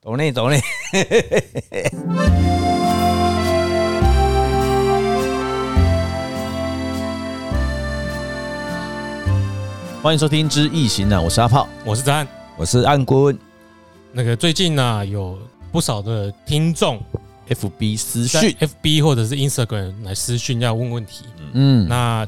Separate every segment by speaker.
Speaker 1: 走内走内，
Speaker 2: 欢迎收听《之异形》啊，我是阿炮。
Speaker 3: 我是子安。
Speaker 1: 我是暗棍，
Speaker 3: 那个最近呢、啊有不少的听众
Speaker 2: FB 私
Speaker 3: 在
Speaker 2: 讯，
Speaker 3: FB 或者是 Instagram 来私讯要问问题。
Speaker 2: 嗯，
Speaker 3: 那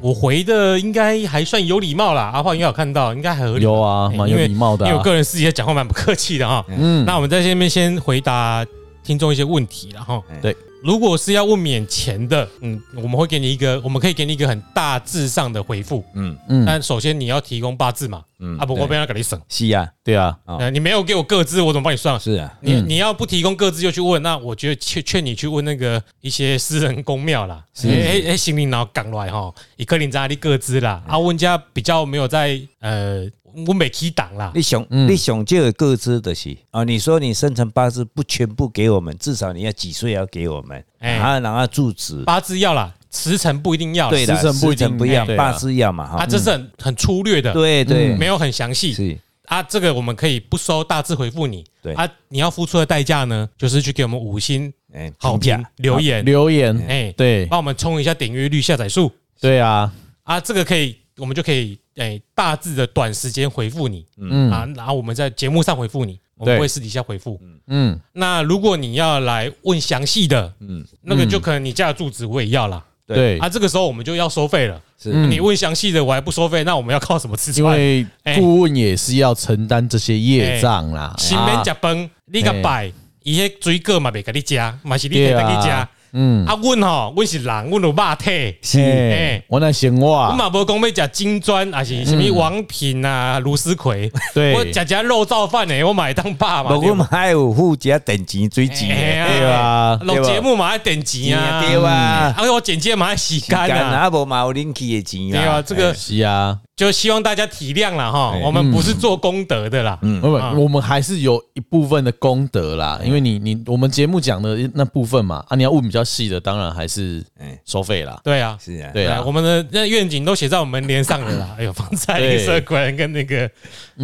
Speaker 3: 我回的应该还算有礼貌啦，阿炮应该有看到，应该还合理。
Speaker 2: 有啊，
Speaker 3: 哎
Speaker 2: 蛮有
Speaker 3: 因为
Speaker 2: 礼貌的、
Speaker 3: 因为我
Speaker 2: 啊。
Speaker 3: 个人私底下讲话蛮不客气的哈。
Speaker 2: 嗯，
Speaker 1: 哎
Speaker 3: 那我们在这边先回答听众一些问题了哈
Speaker 1: 哎。
Speaker 2: 嗯对，
Speaker 3: 如果是要问免钱的，嗯，我们会给你一个，我们可以给你一个很大致上的回复。
Speaker 1: 嗯
Speaker 2: 嗯，
Speaker 3: 但首先你要提供八字嘛，
Speaker 1: 嗯
Speaker 3: 啊不，
Speaker 1: 对
Speaker 3: 我不要给你省，
Speaker 1: 是啊，
Speaker 2: 对啊，
Speaker 1: 哦
Speaker 3: 呃，你没有给我各自，我怎么帮你算？
Speaker 1: 是啊，
Speaker 3: 你
Speaker 2: 嗯
Speaker 3: 你要不提供各自就去问，那我觉得劝劝你去问那个一些私人公庙啦，
Speaker 1: 是
Speaker 3: 哎哎，心灵脑港来吼，伊可能在你各自啦，
Speaker 1: 嗯
Speaker 3: 啊，问家比较没有在呃，我没起档啦，
Speaker 1: 你想
Speaker 2: 嗯
Speaker 1: 你想就有各自的是啊，你说你生辰八字不全部给我们，至少你要几岁要给我们，
Speaker 3: 哎
Speaker 1: 然后然后住址，
Speaker 2: 嗯
Speaker 3: 八字要啦，时辰不一定要啦，
Speaker 1: 对的，
Speaker 2: 时辰不一定
Speaker 1: 不一样，
Speaker 2: 对啊
Speaker 1: 八字要嘛
Speaker 3: 啊，
Speaker 1: 哈，
Speaker 3: 这是很很粗略的，
Speaker 1: 对对
Speaker 3: 没有很详细
Speaker 1: 是，
Speaker 3: 啊，这个我们可以不收大致回复你，
Speaker 1: 对
Speaker 3: 啊，你要付出的代价呢，就是去给我们五星
Speaker 1: 哎，
Speaker 3: 好
Speaker 1: 评
Speaker 3: 评
Speaker 1: 价
Speaker 3: 留言，
Speaker 2: 留言，
Speaker 3: 哎，
Speaker 2: 对
Speaker 3: 帮我们冲一下点阅率、下载数。
Speaker 2: 对啊，
Speaker 3: 啊，这个可以，我们就可以诶、大致的短时间回复你、
Speaker 2: 嗯
Speaker 3: 啊，然后我们在节目上回复你，我们
Speaker 2: 对
Speaker 3: 不会私底下回复。
Speaker 2: 嗯，
Speaker 3: 那如果你要来问详细的，
Speaker 1: 嗯，
Speaker 3: 那个就可能你家的住址我也要啦。
Speaker 1: 对
Speaker 2: 对
Speaker 3: 啊，这个时候我们就要收费了。啊
Speaker 1: 是
Speaker 2: 嗯
Speaker 3: 你问详细的我还不收费，那我们要靠什么吃
Speaker 2: 因
Speaker 3: 饭？
Speaker 2: 为顾问也是要承担这些业障啦。
Speaker 3: 哎新
Speaker 2: 啊
Speaker 3: 免食饭，你个摆，伊迄水果嘛袂甲你食，嘛是你得甲去食。
Speaker 2: 哎对
Speaker 3: 啊，
Speaker 2: 嗯，
Speaker 3: 阮吼，阮是人，阮有肉体。
Speaker 1: 是
Speaker 2: 哎，我那闲
Speaker 3: 阮
Speaker 2: 话，
Speaker 3: 嘛无讲要食金砖，还是什
Speaker 2: 嗯
Speaker 3: 么王品啊、芦丝葵，
Speaker 2: 对
Speaker 3: 我食食肉燥饭诶，我买当爸嘛。
Speaker 1: 不过还有附加等级追
Speaker 3: 对
Speaker 1: 级
Speaker 3: 吧嘿
Speaker 1: 的，
Speaker 2: 对啊
Speaker 3: 录节目嘛要点钱啊，
Speaker 1: 对啊，
Speaker 3: 还有我剪接嘛要洗干
Speaker 1: 干
Speaker 3: 啊，
Speaker 1: 啊，无嘛有恁去的钱
Speaker 3: 对
Speaker 1: 啦，
Speaker 3: 啊，这个
Speaker 2: 是啊，
Speaker 3: 就希望大家体谅了哈
Speaker 1: 哎，
Speaker 3: 我们不是做功德的啦，
Speaker 2: 不不，我们还是有一部分的功德
Speaker 3: 嗯
Speaker 2: 啦，因为你你我们节目讲的那部分嘛，啊，你要问比较细的，当然还是
Speaker 1: 哎，
Speaker 2: 收费啦。
Speaker 3: 对啊
Speaker 1: 哎，是啊，
Speaker 2: 对啊，
Speaker 3: 我们的那愿景都写在我们门帘上了啦，哎呦，放在
Speaker 2: 对
Speaker 3: Instagram 跟那个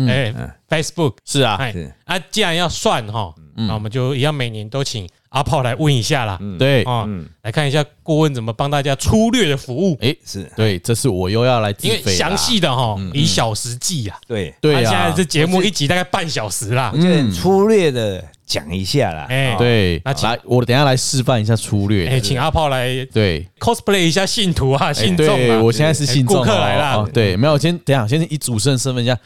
Speaker 3: 哎 Facebook，
Speaker 2: 是啊，
Speaker 3: 哎
Speaker 1: 是
Speaker 3: 啊，既然要算哈，那我们就一样每年都请阿炮来问一下啦，
Speaker 2: 对，
Speaker 3: 哦，来看一下顾问怎么帮大家粗略的服务，
Speaker 2: 哎，
Speaker 1: 是，
Speaker 2: 对，这是我又要来自
Speaker 3: 因为
Speaker 2: 费啦嗯
Speaker 3: 详细的哈以小时计啊。
Speaker 1: 对，
Speaker 2: 对
Speaker 3: 啊现在
Speaker 2: 呀
Speaker 3: 这，节目一集大概半小时啦
Speaker 1: 我。就很粗略的讲一下啦，
Speaker 3: 哎
Speaker 1: 哦，
Speaker 2: 对，
Speaker 3: 那请
Speaker 2: 来，我等一下来示范一下粗略。
Speaker 3: 哎，请阿炮来
Speaker 2: 对，
Speaker 3: cosplay 一下信徒啊，信众
Speaker 2: 哎对
Speaker 3: 啊。
Speaker 2: 我现在是信众
Speaker 3: 哎顾客
Speaker 2: 哦
Speaker 3: 来啦
Speaker 2: 哦对，没有，先等一下，先以主持人身份一下。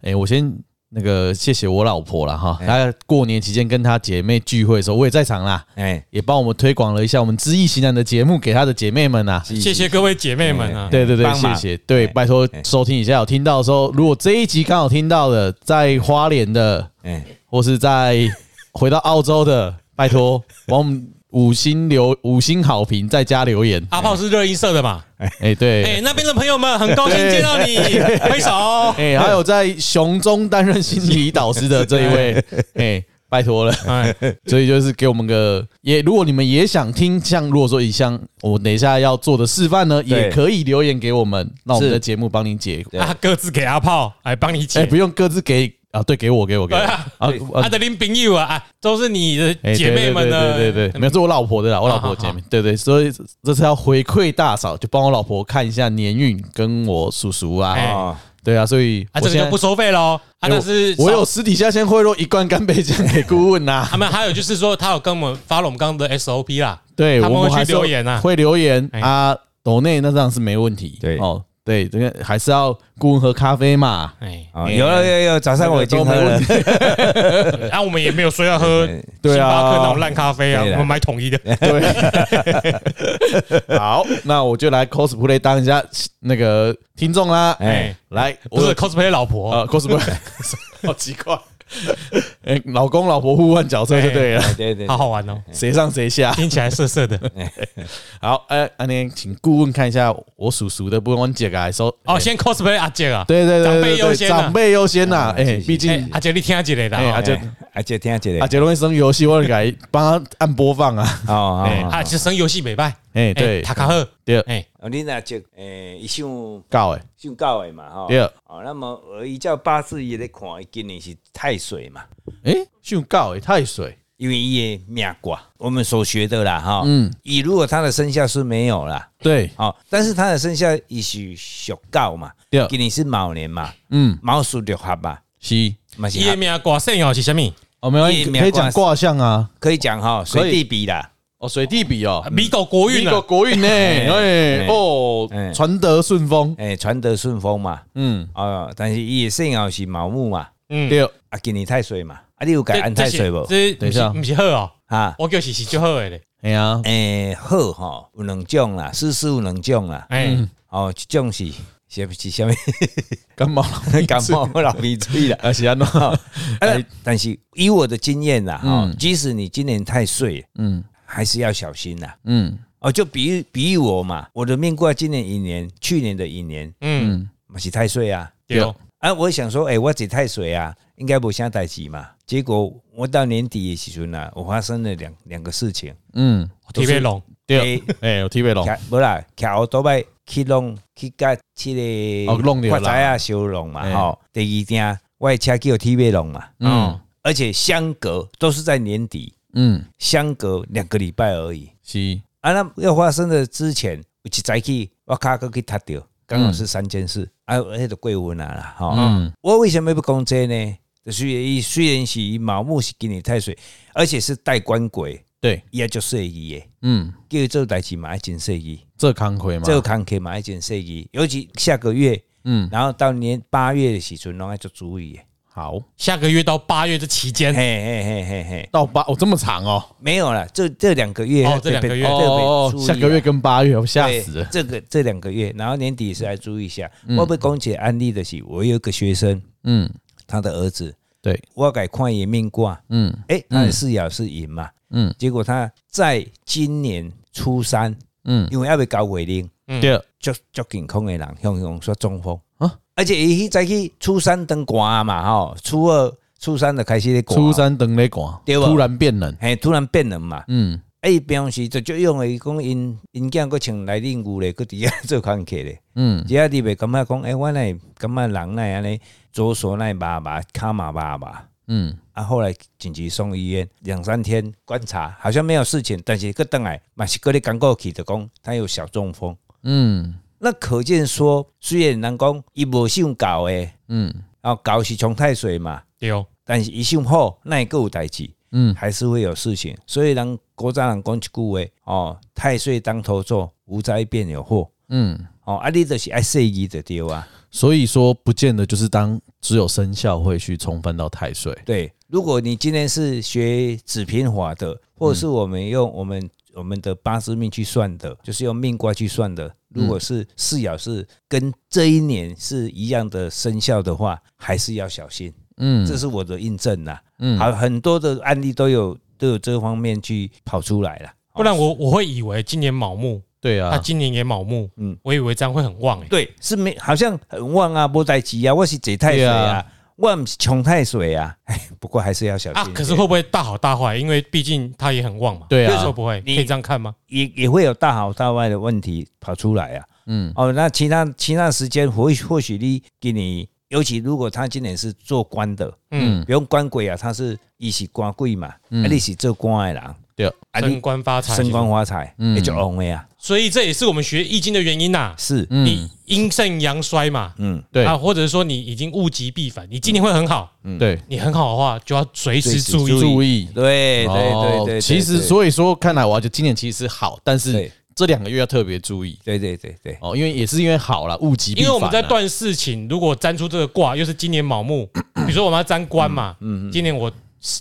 Speaker 2: 哎，我先那个谢谢我老婆了哈，
Speaker 3: 哎
Speaker 2: 她过年期间跟她姐妹聚会的时候，我也在场啦，
Speaker 1: 哎，
Speaker 2: 也帮我们推广了一下我们知易行难的节目给她的姐妹们呐。
Speaker 3: 谢谢各位姐妹们啊。
Speaker 2: 对对对，
Speaker 1: 帮
Speaker 2: 谢
Speaker 1: 忙
Speaker 2: 谢，对，
Speaker 3: 哎
Speaker 2: 拜托收听一下。有听到的时候，如果这一集刚好听到的，在花莲的，
Speaker 1: 哎，
Speaker 2: 或是在回到澳洲的，拜托帮我们五星留五星好评，再加留言。
Speaker 3: 阿炮是热音社的嘛？
Speaker 2: 哎，
Speaker 3: 哎
Speaker 2: 对，，
Speaker 3: 那边的朋友们很高兴见到你，挥手。
Speaker 2: 哎，还有在熊中担任心理导师的这一 位，哎。拜托了，
Speaker 3: 哎，
Speaker 2: 所以就是给我们个也，如果你们也想听，像如果说以像我等一下要做的示范呢，
Speaker 1: 对
Speaker 2: 也可以留言给我们，那我们
Speaker 1: 是
Speaker 2: 的节目帮你解。
Speaker 1: 对
Speaker 3: 啊，各自给阿炮来帮你
Speaker 2: 哎，
Speaker 3: 解
Speaker 2: 不。用各自给啊，对，给我，给我，给我
Speaker 3: 对
Speaker 2: 啊
Speaker 3: 啊
Speaker 2: 啊
Speaker 3: 阿德林朋友啊，啊，都是你的
Speaker 2: 哎
Speaker 3: 姐妹们的。
Speaker 2: 对对对对对，没有是我老婆的啦，我老婆的姐妹，对对，所以这次要回馈大嫂，就帮我老婆看一下年运跟我叔叔
Speaker 3: 哎
Speaker 2: 啊，
Speaker 1: 哦，
Speaker 2: 对啊，所以
Speaker 3: 啊，这
Speaker 2: 我
Speaker 3: 个
Speaker 2: 现
Speaker 3: 就
Speaker 2: 在
Speaker 3: 不收费喽。啊，
Speaker 2: 哎
Speaker 3: 但是
Speaker 2: 我我有
Speaker 3: 少。
Speaker 2: 私底下先贿赂一罐干贝酱给顾问啊呐
Speaker 3: 他，们还有就是说，他有跟我们发了我们刚刚的 SOP 啦。
Speaker 2: 对，
Speaker 3: 他们
Speaker 2: 我
Speaker 3: 会去
Speaker 2: 还是
Speaker 3: 留言啊
Speaker 2: 会留言
Speaker 3: 哎
Speaker 2: 啊，抖内那当然是没问题，
Speaker 1: 对
Speaker 2: 哦，对，这个还是要顾问喝咖啡 嘛，
Speaker 3: 哎，
Speaker 1: 哦有了有了有了，早上我已经喝了
Speaker 2: 都没问，
Speaker 3: 啊，我们也没有说要喝
Speaker 2: 对啊
Speaker 3: 星巴克那种烂咖啡啊，
Speaker 1: 对啦
Speaker 3: 我们买统一的。
Speaker 2: 对， 好，那我就来 cosplay 当一下那个听众啦，
Speaker 1: 哎
Speaker 3: 哎，
Speaker 2: 来， 我
Speaker 3: 不是 cosplay 老婆，
Speaker 2: 呃，cosplay，好 奇怪。 哎、老公老婆互换角色
Speaker 3: 哎
Speaker 2: 就对了，
Speaker 1: 对对，
Speaker 3: 好好玩 哦，
Speaker 2: 谁、上谁下。
Speaker 3: 听起来涩 涩的。
Speaker 2: 好，哎、安妮，请顾问看一下我属鼠的，不管姐来说。
Speaker 3: 哦，
Speaker 2: 哎
Speaker 3: 先 cosplay 阿杰啊，
Speaker 2: 对对对
Speaker 3: 长
Speaker 2: 对
Speaker 3: 辈
Speaker 2: 对
Speaker 3: 优
Speaker 2: 对
Speaker 3: 先啊
Speaker 2: 长辈优先呐。哎、
Speaker 1: 谢谢
Speaker 2: 毕竟
Speaker 3: 哎，阿杰你听阿杰来
Speaker 2: 哎阿
Speaker 3: 啦，
Speaker 2: 姐
Speaker 1: 哎，啊，就听下这
Speaker 2: 啊，
Speaker 1: 个，
Speaker 2: 杰容易生游戏，我得来帮他按播放啊。
Speaker 1: 哦，
Speaker 3: 哎，
Speaker 1: 哦
Speaker 3: 阿杰生游戏美败，
Speaker 2: 哎、哎，对，
Speaker 3: 塔卡赫，
Speaker 2: 对
Speaker 3: 哎，
Speaker 1: 哦，你若就诶，伊想
Speaker 2: 告哎，
Speaker 1: 想到的嘛，吼，
Speaker 2: 对
Speaker 1: 哦，那么呃，伊照八字伊咧看，伊今年是太岁嘛，
Speaker 2: 哎，姓告哎，太水，
Speaker 1: 因为伊的命卦，我们所学的啦，哈，
Speaker 2: 嗯，
Speaker 1: 伊如果他的生肖是没有啦，
Speaker 2: 对
Speaker 1: 哦，但是他的生肖伊是属狗嘛，
Speaker 2: 对
Speaker 1: 今年是卯年嘛，
Speaker 2: 嗯，
Speaker 1: 卯属六合嘛，
Speaker 2: 是
Speaker 1: 嘛是
Speaker 3: 伊的
Speaker 1: 合
Speaker 3: 名挂圣哦是啥物？
Speaker 2: 哦，没关
Speaker 1: 夜
Speaker 2: 系，
Speaker 1: 明
Speaker 2: 可以讲
Speaker 1: 光
Speaker 2: 卦象啊，
Speaker 1: 可以讲哈，
Speaker 2: 可以
Speaker 1: 随地比啦，
Speaker 2: 哦，水地比哦，
Speaker 3: 美国国运
Speaker 2: 一个
Speaker 3: 啊，
Speaker 2: 国运呢，哎哦
Speaker 1: 哎，
Speaker 2: 传得顺风，
Speaker 1: 诶，哎传得顺风嘛，
Speaker 2: 嗯，
Speaker 1: 哦，但是伊的生肖是卯木嘛，
Speaker 3: 嗯，
Speaker 2: 对，
Speaker 1: 啊，今年太岁嘛，啊，你有
Speaker 3: 这
Speaker 1: 改安太岁无？
Speaker 3: 这
Speaker 2: 等一下
Speaker 3: 不是好哦，
Speaker 1: 啊，
Speaker 3: 我叫是是就好的咧，
Speaker 2: 哎呀，
Speaker 1: 诶、好吼，有两种啦，事事有两种啦。
Speaker 3: 哎，
Speaker 2: 嗯
Speaker 1: 哦，一种是是是啥物
Speaker 2: 感冒
Speaker 1: 感冒流鼻 水啦。
Speaker 2: 啊，是安
Speaker 1: 哦
Speaker 2: 喏，
Speaker 1: 哎但是以我的经验啦，哈、
Speaker 2: 嗯
Speaker 1: 即使你今年太岁，
Speaker 2: 嗯
Speaker 1: 还是要小心啦。
Speaker 2: 嗯
Speaker 1: 哦，就比喻比喻我嘛，我的命卦今年一年，去年的一年
Speaker 3: 嗯，
Speaker 2: 嗯，
Speaker 1: 嘛是太岁啊。
Speaker 3: 对，
Speaker 1: 啊，我想说，哎、我这太岁啊，应该无啥代志嘛。结果我到年底的时候啊，我发生了两两个事情。
Speaker 2: 嗯，
Speaker 3: 特别龙，
Speaker 2: 对，哎，有 T 背龙，
Speaker 1: 徛无啦，徛后倒摆去弄去甲即个
Speaker 2: 哦弄到啦
Speaker 1: 发财啊小弄嘛
Speaker 2: 嘿
Speaker 1: 吼。第二件，我的车叫 T V 弄嘛，
Speaker 2: 嗯
Speaker 1: 而且相隔都是在年底，
Speaker 2: 嗯，
Speaker 1: 相隔两个礼拜而已。
Speaker 2: 是，
Speaker 1: 啊，那要发生的之前，有一早起我卡哥去踢掉，刚好是三件事，啊，迄个过分啊啦吼。
Speaker 2: 嗯
Speaker 1: 我为什么要讲这呢？就是伊虽然是伊卯木是今年太岁，而且是带官鬼，
Speaker 2: 对，
Speaker 1: 伊也就说伊诶，
Speaker 2: 嗯，
Speaker 1: 叫伊做代志嘛，要真说伊。
Speaker 2: 这康亏嘛，
Speaker 1: 这个坎坷嘛，一件设计，尤其下个月，
Speaker 2: 嗯
Speaker 1: 然后到年八月的时阵，拢要做注意的。
Speaker 2: 好
Speaker 3: 下个月到八月这期
Speaker 1: 嘿
Speaker 2: 哎
Speaker 3: 间，
Speaker 1: 嘿嘿嘿嘿，
Speaker 2: 到八哦这么长哦，
Speaker 1: 没有了，这这两个月
Speaker 3: 哦
Speaker 1: 要
Speaker 3: 这两
Speaker 1: 特
Speaker 3: 个
Speaker 1: 别
Speaker 3: 月
Speaker 1: 特别
Speaker 2: 哦
Speaker 1: 注意啊
Speaker 2: 下个月跟八月我吓
Speaker 1: 对
Speaker 2: 死了，
Speaker 1: 这个这两个月，然后年底是来注意一下。我被公姐安利的是，我有一个学生，
Speaker 2: 嗯，
Speaker 1: 他的儿子，
Speaker 2: 对，
Speaker 1: 我改看也命卦，
Speaker 2: 嗯
Speaker 1: 哎，他的四爻是寅嘛，
Speaker 2: 嗯
Speaker 1: 结果他在今年初三，
Speaker 2: 嗯，
Speaker 1: 因为要被搞鬼灵，
Speaker 2: 对，
Speaker 1: 足足健康的人，向向说中风
Speaker 2: 啊
Speaker 1: 而且伊迄早起初三登寒嘛吼，初二、初三就开始咧寒，
Speaker 2: 初三等雷管，
Speaker 1: 对吧
Speaker 2: 突然变冷，
Speaker 1: 嘿突然变冷嘛，
Speaker 2: 嗯，
Speaker 1: 啊伊平常时就足用诶，伊讲因因囝佫穿内领牛咧，佫伫遐做工课咧，
Speaker 2: 嗯
Speaker 1: 只要你袂感觉讲，诶、我奈感觉人奈安尼左手奈麻麻，骹麻麻麻。
Speaker 2: 嗯，
Speaker 1: 啊，后来紧急送医院，两三天观察，好像没有事情，但是佫倒来嘛是佫咧讲过去，就讲他有小中风。
Speaker 2: 嗯
Speaker 1: 那可见说，虽然人讲伊无想搞诶，
Speaker 2: 嗯
Speaker 1: 啊，搞是冲太水嘛，
Speaker 3: 对，哦
Speaker 1: 但是伊想好，那个有代志，
Speaker 2: 嗯，
Speaker 1: 还是会有事情。所以人古早人讲一句话，哦，太岁当头坐，无灾便有祸。
Speaker 2: 嗯，
Speaker 1: 哦，啊，你就是爱说伊就对啊。
Speaker 2: 所以说不见得就是当只有生肖会去冲犯到太岁，
Speaker 1: 对，如果你今天是学子平法的，或者是我们用我们我们的八字命去算的，就是用命卦去算的。如果是四爻是跟这一年是一样的生肖的话，还是要小心。
Speaker 2: 嗯
Speaker 1: 这是我的印证啦。
Speaker 2: 嗯
Speaker 1: 好，很多的案例都有都有这方面去跑出来了。
Speaker 3: 不然我我会以为今年卯木，
Speaker 2: 对
Speaker 3: 他
Speaker 2: 啊，
Speaker 3: 今年也卯木，
Speaker 1: 嗯
Speaker 3: 嗯，我以为这样会很旺诶，
Speaker 1: 对是没好像很旺啊，波代吉啊，我是解太水
Speaker 2: 对
Speaker 1: 啊
Speaker 2: 啊，
Speaker 1: 我不是穷太水啊。哎，不过还是要小心
Speaker 3: 啊
Speaker 1: 一，点。
Speaker 3: 可是会不会大好大坏？因为毕竟他也很旺嘛，
Speaker 2: 对啊
Speaker 3: 会不会可
Speaker 1: 你
Speaker 3: 以这样看吗？
Speaker 1: 也也会有大好大坏的问题跑出来啊。
Speaker 2: 嗯
Speaker 1: 哦，那其他其他时间或许或许你给你，尤其如果他今年是做官的，
Speaker 3: 嗯，
Speaker 1: 不用官鬼啊，他是一是官贵嘛，
Speaker 2: 嗯
Speaker 1: 啊你是做官的人，
Speaker 2: 对，
Speaker 1: 啊
Speaker 3: 升
Speaker 1: 你
Speaker 3: 官发财，
Speaker 1: 升官发财，
Speaker 2: 嗯
Speaker 1: 也就红的啊，
Speaker 3: 所以这也是我们学易经的原因呐、
Speaker 1: 是，
Speaker 2: 嗯
Speaker 3: 你阴盛阳衰嘛，
Speaker 1: 嗯，
Speaker 2: 对
Speaker 3: 啊，或者说你已经物极必反，你今年会很好，
Speaker 2: 对，
Speaker 3: 你很好的话就要随时注
Speaker 1: 随时
Speaker 3: 意。
Speaker 2: 注意。
Speaker 1: 对对对对
Speaker 2: 哦
Speaker 1: 对，
Speaker 2: 其实
Speaker 1: 对
Speaker 2: 所以说，看来我要就今年其实是好，但是
Speaker 1: 对
Speaker 2: 这两个月要特别注意
Speaker 1: 对对对对，
Speaker 2: 哦，因为也是因为好了，物极必
Speaker 3: 因
Speaker 2: 反啊。
Speaker 3: 为我们在断事情，如果占出这个卦，又是今年卯 木，比如说我们要占官嘛，今年我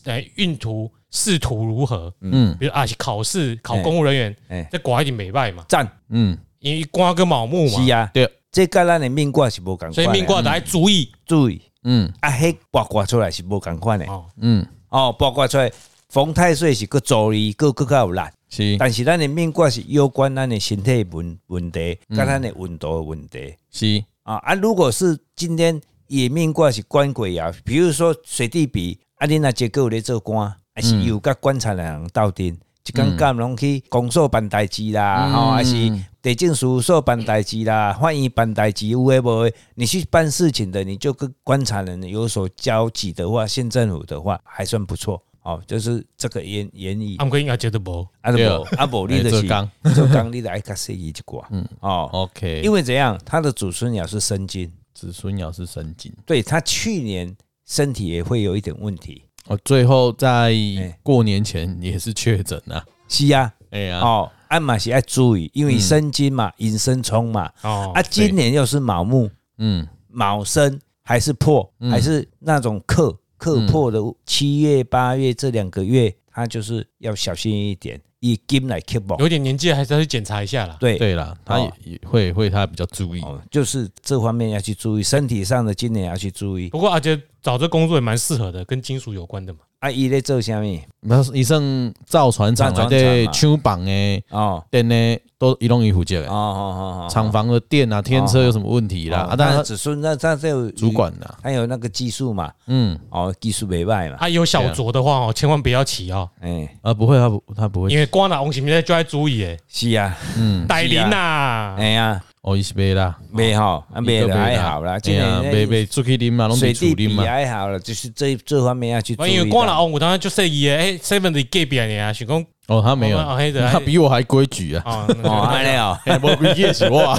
Speaker 3: 呃运途仕途如何？
Speaker 2: 嗯
Speaker 3: 比如啊，考试考公务人员，
Speaker 1: 哎，
Speaker 3: 这卦一定没败嘛，
Speaker 1: 赞，
Speaker 2: 嗯
Speaker 3: 因为官跟卯木嘛
Speaker 1: 是，啊，
Speaker 2: 对，
Speaker 1: 这跟咱的命卦是无共款的，
Speaker 3: 所以命卦得要注意
Speaker 1: 注意
Speaker 2: 嗯
Speaker 1: 啊，迄八卦出来是无共款的，
Speaker 3: 哦。
Speaker 2: 嗯，
Speaker 1: 哦，八卦出来逢太岁是个助力，个个较有力。
Speaker 2: 是
Speaker 1: 但是咱的命卦是有关咱的身体问问题，跟咱的运动的问题
Speaker 2: 是，
Speaker 1: 啊啊！如果是今天也命卦是官鬼啊，
Speaker 2: 嗯
Speaker 1: 比如说水地比啊，你若结果咧做官，还是有甲官场的人斗阵，一工干拢去公所办代志啦，
Speaker 2: 嗯
Speaker 1: 吼、还是地政事务所办代志啦，法院办代志有诶无诶，你去办事情的，你就跟观察人有所交集的话，县政府的话还算不错。哦，就是这个言言语
Speaker 3: 他，们应该觉得无，
Speaker 1: 啊
Speaker 2: 对
Speaker 1: 无啊无，你
Speaker 2: 哎
Speaker 1: 就
Speaker 2: 做
Speaker 1: 是
Speaker 2: 工
Speaker 1: 做工，你就爱较细意一 寡。嗯，哦，
Speaker 2: OK，因
Speaker 1: 因
Speaker 2: 为
Speaker 1: 为怎样，他的祖孙鸟是生金，
Speaker 2: 子孙鸟是神经
Speaker 1: 对他去年身体也会有一点问题。
Speaker 2: 哦，最后在
Speaker 1: 哎
Speaker 2: 过年前也是确诊啊。
Speaker 1: 是啊，
Speaker 2: 哎呀，
Speaker 1: 哦，啊嘛是要注意，因为
Speaker 2: 嗯
Speaker 1: 生金嘛，引生冲嘛，
Speaker 3: 哦
Speaker 1: 啊，，今年又是卯木，
Speaker 2: 嗯，
Speaker 1: 卯生还是破，
Speaker 2: 嗯
Speaker 1: 还是那种克克破的，七月八月这两个月，他就是要小心一点，以金来 keep
Speaker 3: 有点年纪还是要去检查一下啦。
Speaker 1: 对。
Speaker 2: 对啦，他也也会会他比较注意，
Speaker 1: 哦，就是这方面要去注意，身体上的今年要去注意。
Speaker 3: 不过阿杰找这工作也蛮适合的，跟金属有关的嘛。
Speaker 1: 啊，伊咧做啥物？
Speaker 2: 那以上造船厂啊
Speaker 1: 造船厂啊
Speaker 2: 对
Speaker 1: 嘛
Speaker 2: 厂房诶，
Speaker 1: 哦，
Speaker 2: 电呢都一弄一负责
Speaker 1: 哦哦
Speaker 2: 诶，
Speaker 1: 哦哦哦，
Speaker 2: 厂房的电啊，天车有什么问题啦？
Speaker 1: 啦，
Speaker 2: 啊，
Speaker 1: 当
Speaker 2: 当然
Speaker 1: 然子孙那他就
Speaker 2: 主，管啦，
Speaker 1: 还有那个技术嘛，
Speaker 2: 嗯，
Speaker 1: 哦，技术袂歹嘛，
Speaker 3: 啊，有小酌的话哦，千万不要骑哦，
Speaker 1: 哎，
Speaker 2: 啊不会，他不他不
Speaker 3: 因
Speaker 2: 会，
Speaker 3: 为光拿红旗在就要注意诶，
Speaker 1: 是啊，
Speaker 2: 嗯，
Speaker 3: 歹林呐，
Speaker 1: 哎呀，
Speaker 2: 哦伊是袂啦，
Speaker 1: 袂吼，啊，
Speaker 2: 伊哦
Speaker 1: 袂
Speaker 2: 都
Speaker 1: 啦，
Speaker 2: 不会
Speaker 1: 还
Speaker 2: 啦
Speaker 1: 好啦，
Speaker 2: 哎
Speaker 1: 今
Speaker 2: 呀，
Speaker 1: 年
Speaker 2: 袂袂出去啉啊嘛，拢
Speaker 1: 水
Speaker 2: 伫厝
Speaker 1: 地啊
Speaker 2: 啉
Speaker 1: 比
Speaker 2: 嘛，
Speaker 1: 还好了，就是这这方面要去注
Speaker 3: 因为
Speaker 1: 意
Speaker 3: 光拿
Speaker 1: 到。
Speaker 3: 红，我当然就说伊诶，哎，seven 的 gay 别你啊，想讲
Speaker 2: 哦他没有，
Speaker 3: 哦黑的
Speaker 2: 他比我还规矩 啊，哎
Speaker 3: 啊，
Speaker 1: 哦，安尼哦，
Speaker 2: 我规矩的是我啊，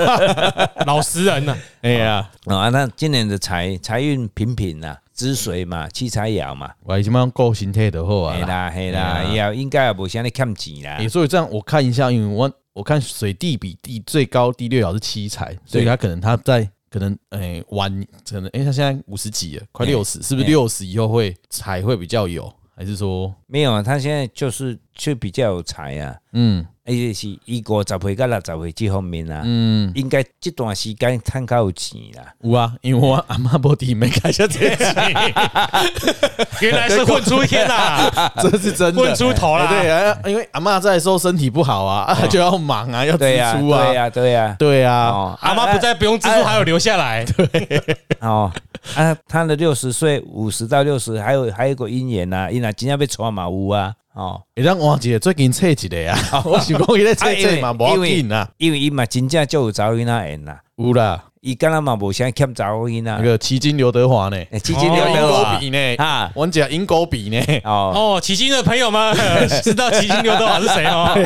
Speaker 3: 老实人呐，
Speaker 2: 哎呀，
Speaker 1: 哦啊，那今年的财财运平平啦，子水嘛，七财爻嘛，
Speaker 2: 我即满顾身体就好啊
Speaker 1: 嘿
Speaker 2: 啦，
Speaker 1: 啦嘿啦，
Speaker 2: 嘿啦
Speaker 1: 要应该也无啥咧欠钱啦
Speaker 2: 诶，。所以这样我看一下，因为我我看水地比地最高第六爻是七彩，所以他可能他在可能诶晚可能诶他现在五十几了，快
Speaker 1: 对
Speaker 2: 六十，是不是
Speaker 1: 对
Speaker 2: 六十以后会财会比较有，还是说
Speaker 1: 没有，啊，他现在就是就比较有财啊，
Speaker 2: 嗯
Speaker 1: 而且是伊五十岁到六十岁这方面啊，
Speaker 2: 嗯
Speaker 1: 应该这段时间趁较有钱啦。
Speaker 2: 有啊？因为我阿妈无地没 开下这个
Speaker 3: 原来是混出天啦，
Speaker 2: 这是 真的
Speaker 3: 混出头
Speaker 2: 哎对
Speaker 3: 啦。
Speaker 2: 啊，因为阿妈在的时候身体不好啊，啊 就要忙啊，要支
Speaker 1: 对呀，
Speaker 2: 出
Speaker 1: 对
Speaker 2: 啊，
Speaker 1: 呀，对呀。
Speaker 2: 对啊，
Speaker 1: 哦，
Speaker 3: 阿妈不在，不用支出，还有留下来。
Speaker 1: 哦，啊，他的六十岁，五十到六十，还有还有一个姻缘呐，伊若真正要娶嘛有啊，哦，
Speaker 2: 会让王姐最近测一个 啊，我想讲伊咧测
Speaker 1: 啊因为
Speaker 2: 测嘛，无要
Speaker 1: 因为
Speaker 2: 紧啊，
Speaker 1: 因为伊嘛真正就有查某囡仔缘啦，
Speaker 2: 有啦，
Speaker 1: 伊敢若嘛无啥欠查某囡
Speaker 2: 那
Speaker 1: 仔，
Speaker 2: 个奇经刘德华呢。
Speaker 1: 欸基金
Speaker 3: 哦
Speaker 1: 流
Speaker 2: 银
Speaker 1: 得
Speaker 2: 狗
Speaker 1: 啊
Speaker 2: 比呢？
Speaker 1: 啊
Speaker 2: 我讲银狗比呢？
Speaker 1: 哦，
Speaker 3: 哦，奇经的朋友们 知道奇经刘德华是谁哦？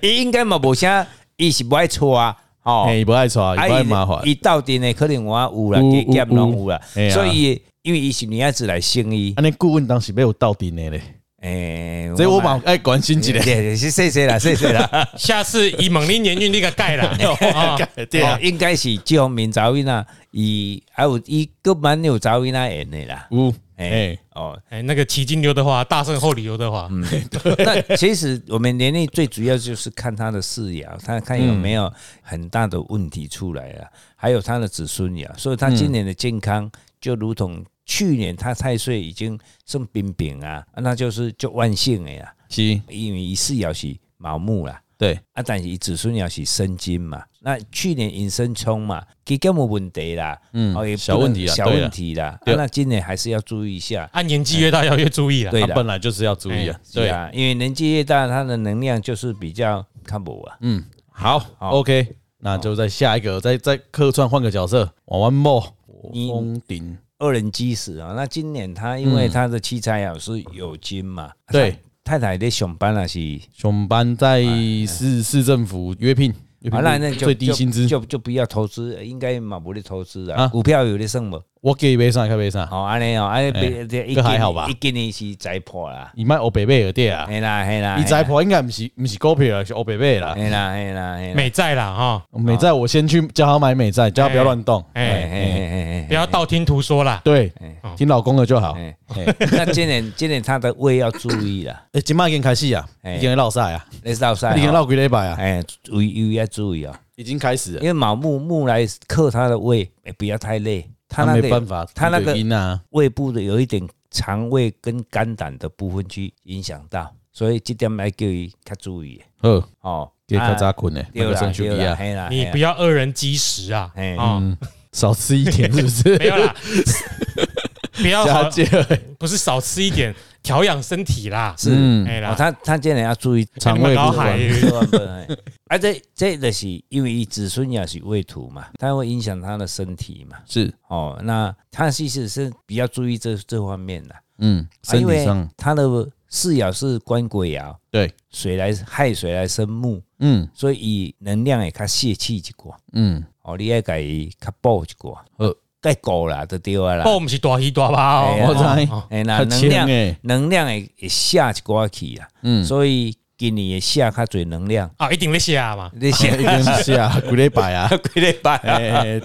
Speaker 1: 伊应该嘛无啥，伊是不爱娶啊，哦，
Speaker 2: 哎，不爱耍，也不爱麻烦。
Speaker 1: 伊到底呢可能我有啦，
Speaker 2: 有
Speaker 1: 给减
Speaker 2: 有
Speaker 1: 拢有啦
Speaker 2: 嘿，啊
Speaker 1: 所以因为伊是女孩子来生伊，
Speaker 2: 安尼顾问当时被我到底呢嘞，
Speaker 1: 诶，
Speaker 2: 所以我嘛爱关心一
Speaker 1: 对
Speaker 2: 下。
Speaker 1: 对，是谢谢啦，谢谢啦。
Speaker 3: 下次以猛力年运那个盖啦。啊
Speaker 2: 对
Speaker 1: 哦，应该是这方面查某囡仔，伊还有伊个蛮有查某囡仔缘的啦。
Speaker 2: 有
Speaker 1: 哎、
Speaker 2: 哎，
Speaker 1: 哦，
Speaker 3: 哎，那个奇经刘德华，大圣后里刘德华，
Speaker 1: 那其实我们年龄最主要就是看他的视爻，他看有没有很大的问题出来啊，还有他的子孙爻。所以他今年的健康，就如同去年他太岁已经剩冰冰啊，啊那就是就万幸的呀，
Speaker 2: 是，
Speaker 1: 因为一世爻是卯木啦。
Speaker 2: 对，
Speaker 1: 啊，但是伊子孙爻是生金嘛，那去年引申冲嘛，其实没问题啦，
Speaker 2: 嗯
Speaker 1: 哦也不
Speaker 2: 小问题
Speaker 1: 能
Speaker 2: 啊
Speaker 1: 小
Speaker 2: 对啦
Speaker 1: 问题啦，啊
Speaker 2: 对
Speaker 1: 那今年还是要注意一下，
Speaker 3: 按啊年纪越大要越注意了。啊
Speaker 1: 对
Speaker 2: 他
Speaker 1: 啦
Speaker 2: 啊本来就是要注意啊。
Speaker 1: 是
Speaker 2: 对，
Speaker 1: 啊，因为年纪越大，他的能量就是比较看不啊，
Speaker 2: 嗯，好，OK，那就在下一个，再再客串换个角色，玩玩梦，
Speaker 1: 你
Speaker 2: 封顶，
Speaker 1: 二人基石啊，那今年他因为他的七财爻是有金嘛，
Speaker 2: 嗯对
Speaker 1: 他，太太在上班啊是。
Speaker 2: 熊班在市市政府约聘，约
Speaker 1: 啊，
Speaker 2: 聘
Speaker 1: 哎那那就
Speaker 2: 最低薪资，
Speaker 1: 就就就不要投资，应该嘛不咧投资啊，
Speaker 2: 啊
Speaker 1: 股票有咧算无？
Speaker 2: 我给买啥，开买啥，
Speaker 1: 哦，安尼哦，安尼
Speaker 2: 哎
Speaker 1: 别这一
Speaker 2: 这还
Speaker 1: 今
Speaker 2: 好吧
Speaker 1: 一今年是财破啦，
Speaker 2: 你卖欧北贝尔店啊，
Speaker 1: 嘿啦嘿啦，
Speaker 2: 你
Speaker 1: 嘿啦
Speaker 2: 财婆应该不是不是股票，是欧北贝啦。
Speaker 1: 哎啦哎啦哎啦，
Speaker 3: 美在啦哈，
Speaker 2: 美债，我先去叫他买美债，叫他不要乱动。
Speaker 1: 哎
Speaker 3: 哎，
Speaker 1: 哎
Speaker 3: 不要道听途说啦。
Speaker 2: 对，
Speaker 1: 哎
Speaker 2: 听老公的就好。
Speaker 1: 哎哎， 那今年今年他的胃要注意了，
Speaker 2: 哎，今麦已经开始啊，
Speaker 1: 哎
Speaker 2: 已经在落赛啊，
Speaker 1: 你知道噻
Speaker 2: 已？经落几礼拜啊，
Speaker 1: 哎，胃胃要注意哦，
Speaker 2: 已经开始
Speaker 1: 因
Speaker 2: 了。
Speaker 1: 为卯木木来克他的胃，哎不要太累，他那
Speaker 2: 没
Speaker 1: 个
Speaker 2: 办法，
Speaker 1: 他那个
Speaker 2: 因啊，
Speaker 1: 胃部的有一点肠胃跟肝胆的部分去影响到，所以这点要叫伊较注意
Speaker 2: 呃，
Speaker 1: 哦。
Speaker 2: 给他
Speaker 1: 啊
Speaker 2: 扎困呢，那
Speaker 1: 对
Speaker 2: 个
Speaker 1: 啦
Speaker 2: 生
Speaker 1: 对
Speaker 2: 锈
Speaker 1: 啦，哎
Speaker 2: 啊，
Speaker 1: 嘿啦，
Speaker 3: 你
Speaker 1: 嘿啦
Speaker 3: 不要恶人积食啊！
Speaker 1: 哎
Speaker 3: 啊，
Speaker 2: 嗯，少 吃一点是不
Speaker 3: 没有
Speaker 2: 是？
Speaker 3: 啦，不要
Speaker 2: 加
Speaker 3: 少
Speaker 2: 戒，
Speaker 3: 不是少吃一点，调养身体啦。
Speaker 1: 是，
Speaker 2: 嗯
Speaker 3: 哎
Speaker 1: 哦
Speaker 3: 啦，
Speaker 1: 他他竟然要注意
Speaker 2: 肠胃不
Speaker 3: 哎
Speaker 2: 管，
Speaker 3: 你
Speaker 1: 千万不能。哎啊，这这就是因为子孙也是未土嘛，它会影响他的身体嘛。
Speaker 2: 是，
Speaker 1: 哦，那他其实是比较注意这这方面的，啊
Speaker 2: 嗯，身
Speaker 1: 因
Speaker 2: 体
Speaker 1: 为
Speaker 2: 上，
Speaker 1: 他的四爻是官鬼爻，
Speaker 2: 对，
Speaker 1: 水来亥水来生木，
Speaker 2: 嗯
Speaker 1: 所以以能量会较泄气一寡。
Speaker 2: 嗯，
Speaker 1: 哦，你爱家己较补一寡
Speaker 2: 好，
Speaker 1: 该顾啦，就对啊啦。
Speaker 3: 不，我们是大鱼大巴
Speaker 1: 哎呀
Speaker 3: 哦。
Speaker 2: 我知
Speaker 3: 哦
Speaker 1: 哎，那
Speaker 2: 很
Speaker 1: 能
Speaker 2: 强
Speaker 1: 量
Speaker 2: 哎，
Speaker 1: 能量会会下一寡去啊，
Speaker 2: 嗯，
Speaker 1: 所以今年会下较侪能量。
Speaker 3: 啊，一定在下嘛。
Speaker 1: 你
Speaker 2: 一
Speaker 1: 先
Speaker 2: 定是啊，几礼拜啊，
Speaker 1: 几礼拜啊，
Speaker 2: 哎，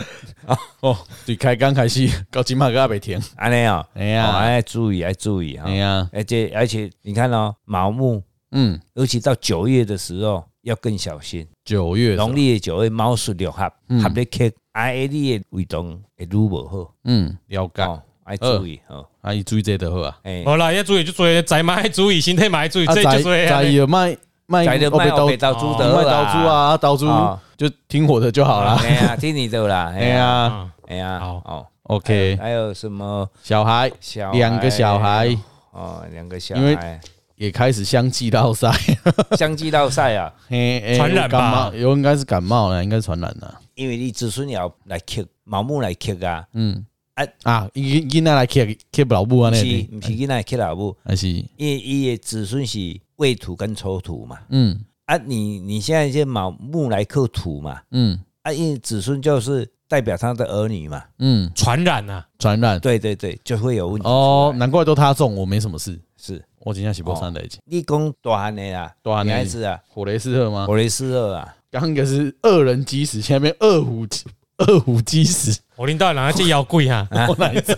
Speaker 2: 哦，对，开刚开始 到今嘛个也未停，
Speaker 1: 安尼哦，
Speaker 2: 哎
Speaker 1: 哦
Speaker 2: 呀，
Speaker 1: 哎，注意，要注意哈
Speaker 2: 哎。呀，
Speaker 1: 而且而且你看哦，盲目，
Speaker 2: 嗯，
Speaker 1: 尤其到九月的时候要更小心。
Speaker 2: 九月的时候
Speaker 1: 农，历的九月卯戌六合
Speaker 2: 嗯
Speaker 1: 合咧克，啊，你的胃动会愈无好，
Speaker 2: 嗯，了解，
Speaker 1: 哦，要注意哦，
Speaker 2: 啊，伊注意这就好啊，
Speaker 1: 哎，
Speaker 3: 好啦，要注意就注意，宅嘛要注意，身体嘛要注意，
Speaker 2: 啊，
Speaker 3: 这就注意啊。
Speaker 2: 在伊卖卖
Speaker 1: 在的卖
Speaker 2: 哦
Speaker 1: 被
Speaker 2: 被刀
Speaker 1: 到猪得
Speaker 2: 卖刀猪，啊，啊刀猪
Speaker 1: 哦
Speaker 2: 就听我的就好啦，
Speaker 1: 哎呀，听你 的啦，
Speaker 2: 哎呀
Speaker 3: 啊，
Speaker 1: 哎呀，
Speaker 3: 好
Speaker 1: 哦
Speaker 2: ，OK，
Speaker 1: 还有什么
Speaker 2: 小孩
Speaker 1: 小
Speaker 2: 两个小孩
Speaker 1: 哦，两个小
Speaker 2: 因为
Speaker 1: 孩
Speaker 2: 也开始相继落塞，
Speaker 1: 相继到赛啊，
Speaker 2: 嘿哎
Speaker 3: 传染吧
Speaker 2: 有感冒有应该是感冒了，应该是传染了，
Speaker 1: 因为你子孙也要来克，盲目来克啊，
Speaker 2: 嗯，
Speaker 1: 啊
Speaker 2: 啊，囡囡仔来 k k 老母啊，
Speaker 1: 不
Speaker 2: 那
Speaker 1: 是
Speaker 2: 里
Speaker 1: 不是囡仔克老母，
Speaker 2: 还是
Speaker 1: 因为伊的子孙是未土跟丑土嘛，
Speaker 2: 嗯
Speaker 1: 啊，你你现在这盲目来克土嘛，
Speaker 2: 嗯
Speaker 1: 啊，因为子孙就是代表他的儿女嘛，
Speaker 2: 嗯
Speaker 3: 传染啊，
Speaker 2: 传染
Speaker 1: 对对对，就会有问题出来。
Speaker 2: 哦，难怪都他中，我没什么事，
Speaker 1: 是
Speaker 2: 我今天是不上来一
Speaker 1: 你讲大汉的啦，
Speaker 2: 大汉的
Speaker 1: 女孩子啊，
Speaker 2: 火雷斯特吗？
Speaker 1: 我雷斯二 啊，
Speaker 2: 刚一个是二人基石，前面二虎 二虎基石，
Speaker 3: 我领导人家这妖啊怪哈，
Speaker 2: 我哪在？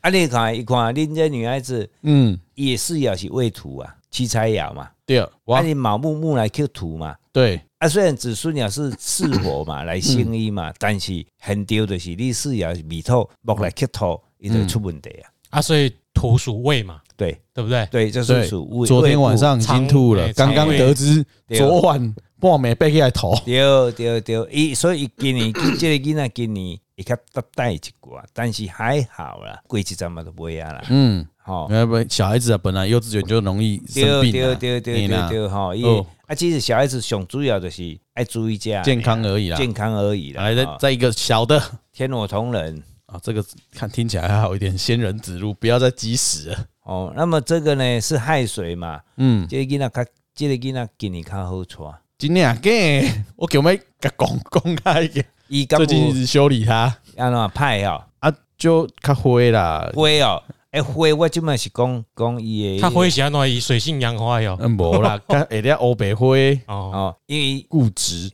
Speaker 1: 啊，你看一看，恁这女孩子
Speaker 2: 嗯，
Speaker 1: 也是也是未土啊，七彩爻嘛，
Speaker 2: 对，
Speaker 1: 啊，
Speaker 2: 哇，
Speaker 1: 你卯木木来克土嘛。
Speaker 2: 对，
Speaker 1: 啊，虽然子孙爻是巳火嘛，来生伊
Speaker 2: 嗯
Speaker 1: 嘛，但是很丢的是，你巳爻是未土，木来克土，伊就会出问题啊。
Speaker 3: 啊，所以土属胃嘛，
Speaker 1: 对
Speaker 3: 对不对？
Speaker 1: 对，就是
Speaker 2: 对
Speaker 1: 属未
Speaker 2: 昨天晚上已经吐了，
Speaker 3: 胃部
Speaker 2: 刚刚得知
Speaker 1: 对
Speaker 2: 昨晚半暝背起来头，
Speaker 1: 对对对，伊所以伊今年即个囡仔今年会较搭带一寡，但是还好啦，过一阵嘛都袂啊啦，
Speaker 2: 嗯，
Speaker 1: 吼、
Speaker 2: 要不小孩子啊，本来幼稚园就容易
Speaker 1: 对
Speaker 2: 生病
Speaker 1: 对
Speaker 2: 啊，
Speaker 1: 对对
Speaker 2: 嘿
Speaker 1: 对
Speaker 2: 啦
Speaker 1: 对吼，伊、
Speaker 2: 哦
Speaker 1: 啊，其实小孩子上主要就是爱注意这
Speaker 2: 啊健啊康而已啦。
Speaker 1: 健康而已啦，
Speaker 2: 来，再
Speaker 1: 吼
Speaker 2: 再一个小的
Speaker 1: 天火同人
Speaker 2: 啊，这个看听起来还好一点，仙人指路，不要再鸡屎了。
Speaker 1: 哦。那么这个呢是亥水嘛，
Speaker 2: 嗯，
Speaker 1: 这个囡仔较，这个囡仔今年较好带，
Speaker 2: 今天啊，给我叫妹甲讲讲开一个，
Speaker 1: 伊敢
Speaker 2: 最
Speaker 1: 有
Speaker 2: 近一直修理他
Speaker 1: 安怎歹哦，
Speaker 2: 啊，就较灰啦，
Speaker 1: 花哦，哎花我即满是讲讲伊的
Speaker 3: 他会喜欢弄以水性杨花哟。
Speaker 2: 嗯，无啦，甲下底黑白灰
Speaker 3: 哦，
Speaker 1: 哦，因为
Speaker 2: 固执，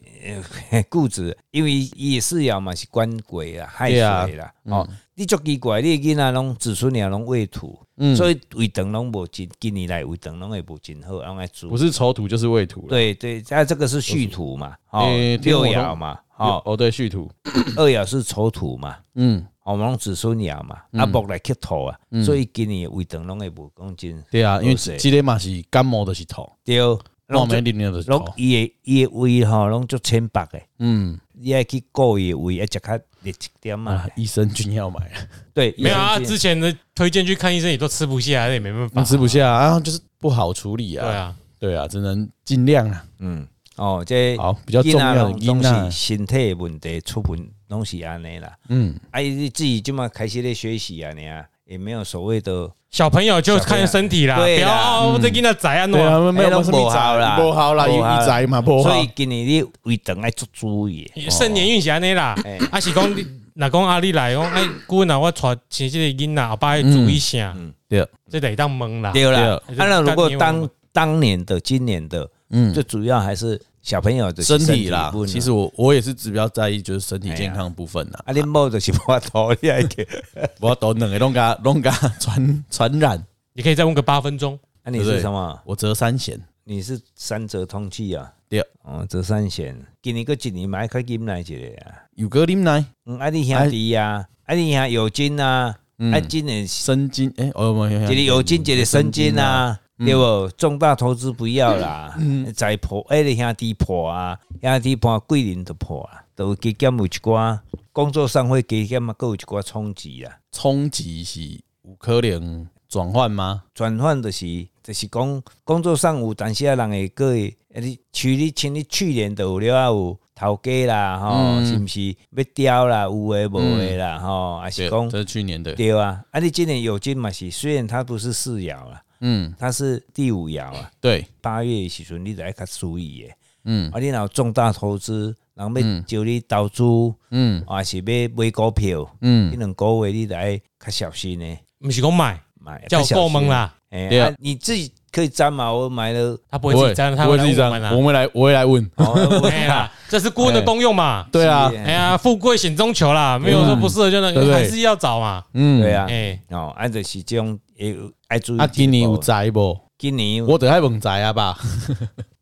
Speaker 1: 嘿 固执，因为伊是爻嘛是官鬼啊，亥水啦，
Speaker 2: 嗯
Speaker 1: 哦，你足奇怪，你的囡仔拢子孙俩拢未土，
Speaker 2: 嗯，
Speaker 1: 所
Speaker 2: 所以
Speaker 1: 以胃肠拢无真，近年来胃肠拢会无真好，拢爱
Speaker 2: 不
Speaker 1: 煮。
Speaker 2: 是丑土就是未土了。
Speaker 1: 对对，啊，这个是戌土嘛，哦
Speaker 2: 诶，天
Speaker 1: 六
Speaker 2: 火
Speaker 1: 爻
Speaker 2: 通
Speaker 1: 嘛，
Speaker 2: 哦
Speaker 1: 哦，
Speaker 2: 哦，对，戌土，
Speaker 1: 二爻是丑土嘛，
Speaker 2: 嗯，
Speaker 1: 哦，我们拢子孙爻嘛，啊，木来克土啊，所以今年的胃肠拢会无讲真
Speaker 2: 对啊，因为
Speaker 1: 好势
Speaker 2: 这个嘛是感冒就是头，
Speaker 1: 对，
Speaker 2: 我
Speaker 1: 拢
Speaker 2: 没零零就是
Speaker 1: 拢
Speaker 2: 头，
Speaker 1: 伊的伊的胃吼，拢足清白的，
Speaker 2: 嗯，
Speaker 1: 你爱去顾伊的胃，要食较热一点啊
Speaker 2: 啊，，益生菌要买啊，
Speaker 1: 对，
Speaker 3: 没有啊，
Speaker 1: 益生菌
Speaker 3: 之前的推荐去看医生也都吃不下，那也没办法。
Speaker 2: 你吃不下啊，就是不好处理
Speaker 3: 对
Speaker 2: 啊，
Speaker 3: 啊，
Speaker 2: 对啊，只能尽量啊，
Speaker 1: 嗯，哦，这
Speaker 2: 好，比较重要的
Speaker 1: 囡
Speaker 2: 因
Speaker 1: 仔拢
Speaker 2: 啊
Speaker 1: 是，身体的问题出问，拢是安尼啦。
Speaker 2: 嗯，
Speaker 1: 啊，你自己这么开始在学习啊，你啊，也没有所谓的
Speaker 3: 小朋友就看身体啦，不
Speaker 1: 对
Speaker 3: 要
Speaker 1: 啦
Speaker 3: 哦，这给那宅啊
Speaker 2: 对
Speaker 3: 弄。
Speaker 2: 啊，没有
Speaker 1: 哎
Speaker 2: 什么
Speaker 1: 都不好啦
Speaker 2: 不好啦，
Speaker 1: 不
Speaker 2: 有
Speaker 1: 好啦
Speaker 2: 一宅嘛，不好
Speaker 1: 所，以今年你胃肠爱做注意的。
Speaker 3: 盛年运是安尼啦
Speaker 1: 哎，
Speaker 3: 啊是讲你，若讲啊你来讲，哎，姑若我带生这个囡仔，后摆注意啥
Speaker 1: 嗯嗯，
Speaker 2: 对，
Speaker 3: 这得当问啦。
Speaker 1: 对啦，啊
Speaker 3: 对
Speaker 1: 那如果
Speaker 3: 这个干你
Speaker 1: 当
Speaker 3: 我
Speaker 1: 当年的、今年的，
Speaker 2: 嗯
Speaker 1: 最。主要还是小朋友的
Speaker 2: 身体啦
Speaker 1: 问，
Speaker 2: 其实我我也是只比较在意就是身体健康的部分啦，
Speaker 1: 啊，你某就是我头，你 还去，
Speaker 2: 不要都两个拢甲拢甲传传染，
Speaker 3: 你可以再问个八分钟。
Speaker 1: 啊，
Speaker 2: 对
Speaker 1: 你
Speaker 2: 不
Speaker 1: 是
Speaker 2: 对
Speaker 1: 什么？
Speaker 2: 我折三弦，
Speaker 1: 你是三折通气啊？
Speaker 2: 对，
Speaker 1: 哦，折三弦，今年个一年买较金来一个啊。
Speaker 2: 有格林奶
Speaker 1: 嗯，啊，你兄弟啊，啊，你兄有金啊，
Speaker 2: 嗯
Speaker 1: 啊，今年一
Speaker 2: 生津，哎，哦，我一
Speaker 1: 个有金，一个生金，啊，对不？重大投资不要啦，再破，哎，你兄弟破啊，兄弟破，桂林都破啊，都加减有一寡啊工作上会加减嘛，各有一寡冲击啊，
Speaker 2: 冲击是有可能转换吗？
Speaker 1: 转换就是就是讲工作上有，但是啊，人会过会，啊你去你像你去年就有了啊，有头家啦，吼、
Speaker 2: 嗯
Speaker 1: 是毋是要调啦，有诶无诶啦，吼、还是
Speaker 2: 对，
Speaker 1: 讲
Speaker 2: 这是去年的，
Speaker 1: 嗯对啊，啊你今年有金嘛是，虽然它不是四爻啦，
Speaker 2: 嗯，
Speaker 1: 它是第五爻啊，
Speaker 2: 对，
Speaker 1: 八月的时阵你就要较注意诶，
Speaker 2: 嗯
Speaker 1: 啊你若有重大投资，人要
Speaker 2: 嗯
Speaker 1: 招你投资，
Speaker 2: 嗯
Speaker 1: 啊是要买股票，
Speaker 2: 嗯
Speaker 1: 你，两个月你就要较小心诶，
Speaker 3: 不是讲买，
Speaker 1: 买
Speaker 3: 叫够蒙。啦，
Speaker 1: 哎、
Speaker 2: 对啊
Speaker 1: 啊，你自己可以沾嘛？我买 了，
Speaker 3: 他不会自己粘，他
Speaker 2: 不
Speaker 3: 会
Speaker 2: 会
Speaker 3: 来
Speaker 2: 自己
Speaker 3: 问我们啊
Speaker 2: 粘，
Speaker 3: 啦
Speaker 2: 我。们来，我会来问，
Speaker 1: 哦，我
Speaker 3: 哎呀，这是顾问的功用嘛。
Speaker 2: 对啊，
Speaker 1: 是
Speaker 3: 哎呀，富贵险中求啦，没有说不适合就那
Speaker 2: 对不
Speaker 3: 个，
Speaker 2: 对
Speaker 3: 还是要找嘛。
Speaker 2: 嗯，
Speaker 1: 对，嗯啊，
Speaker 3: 哎，
Speaker 1: 哦，啊，就是这种也有爱注意。
Speaker 2: 啊，今年有，宅不？
Speaker 1: 今年有
Speaker 2: 我得爱问宅啊吧，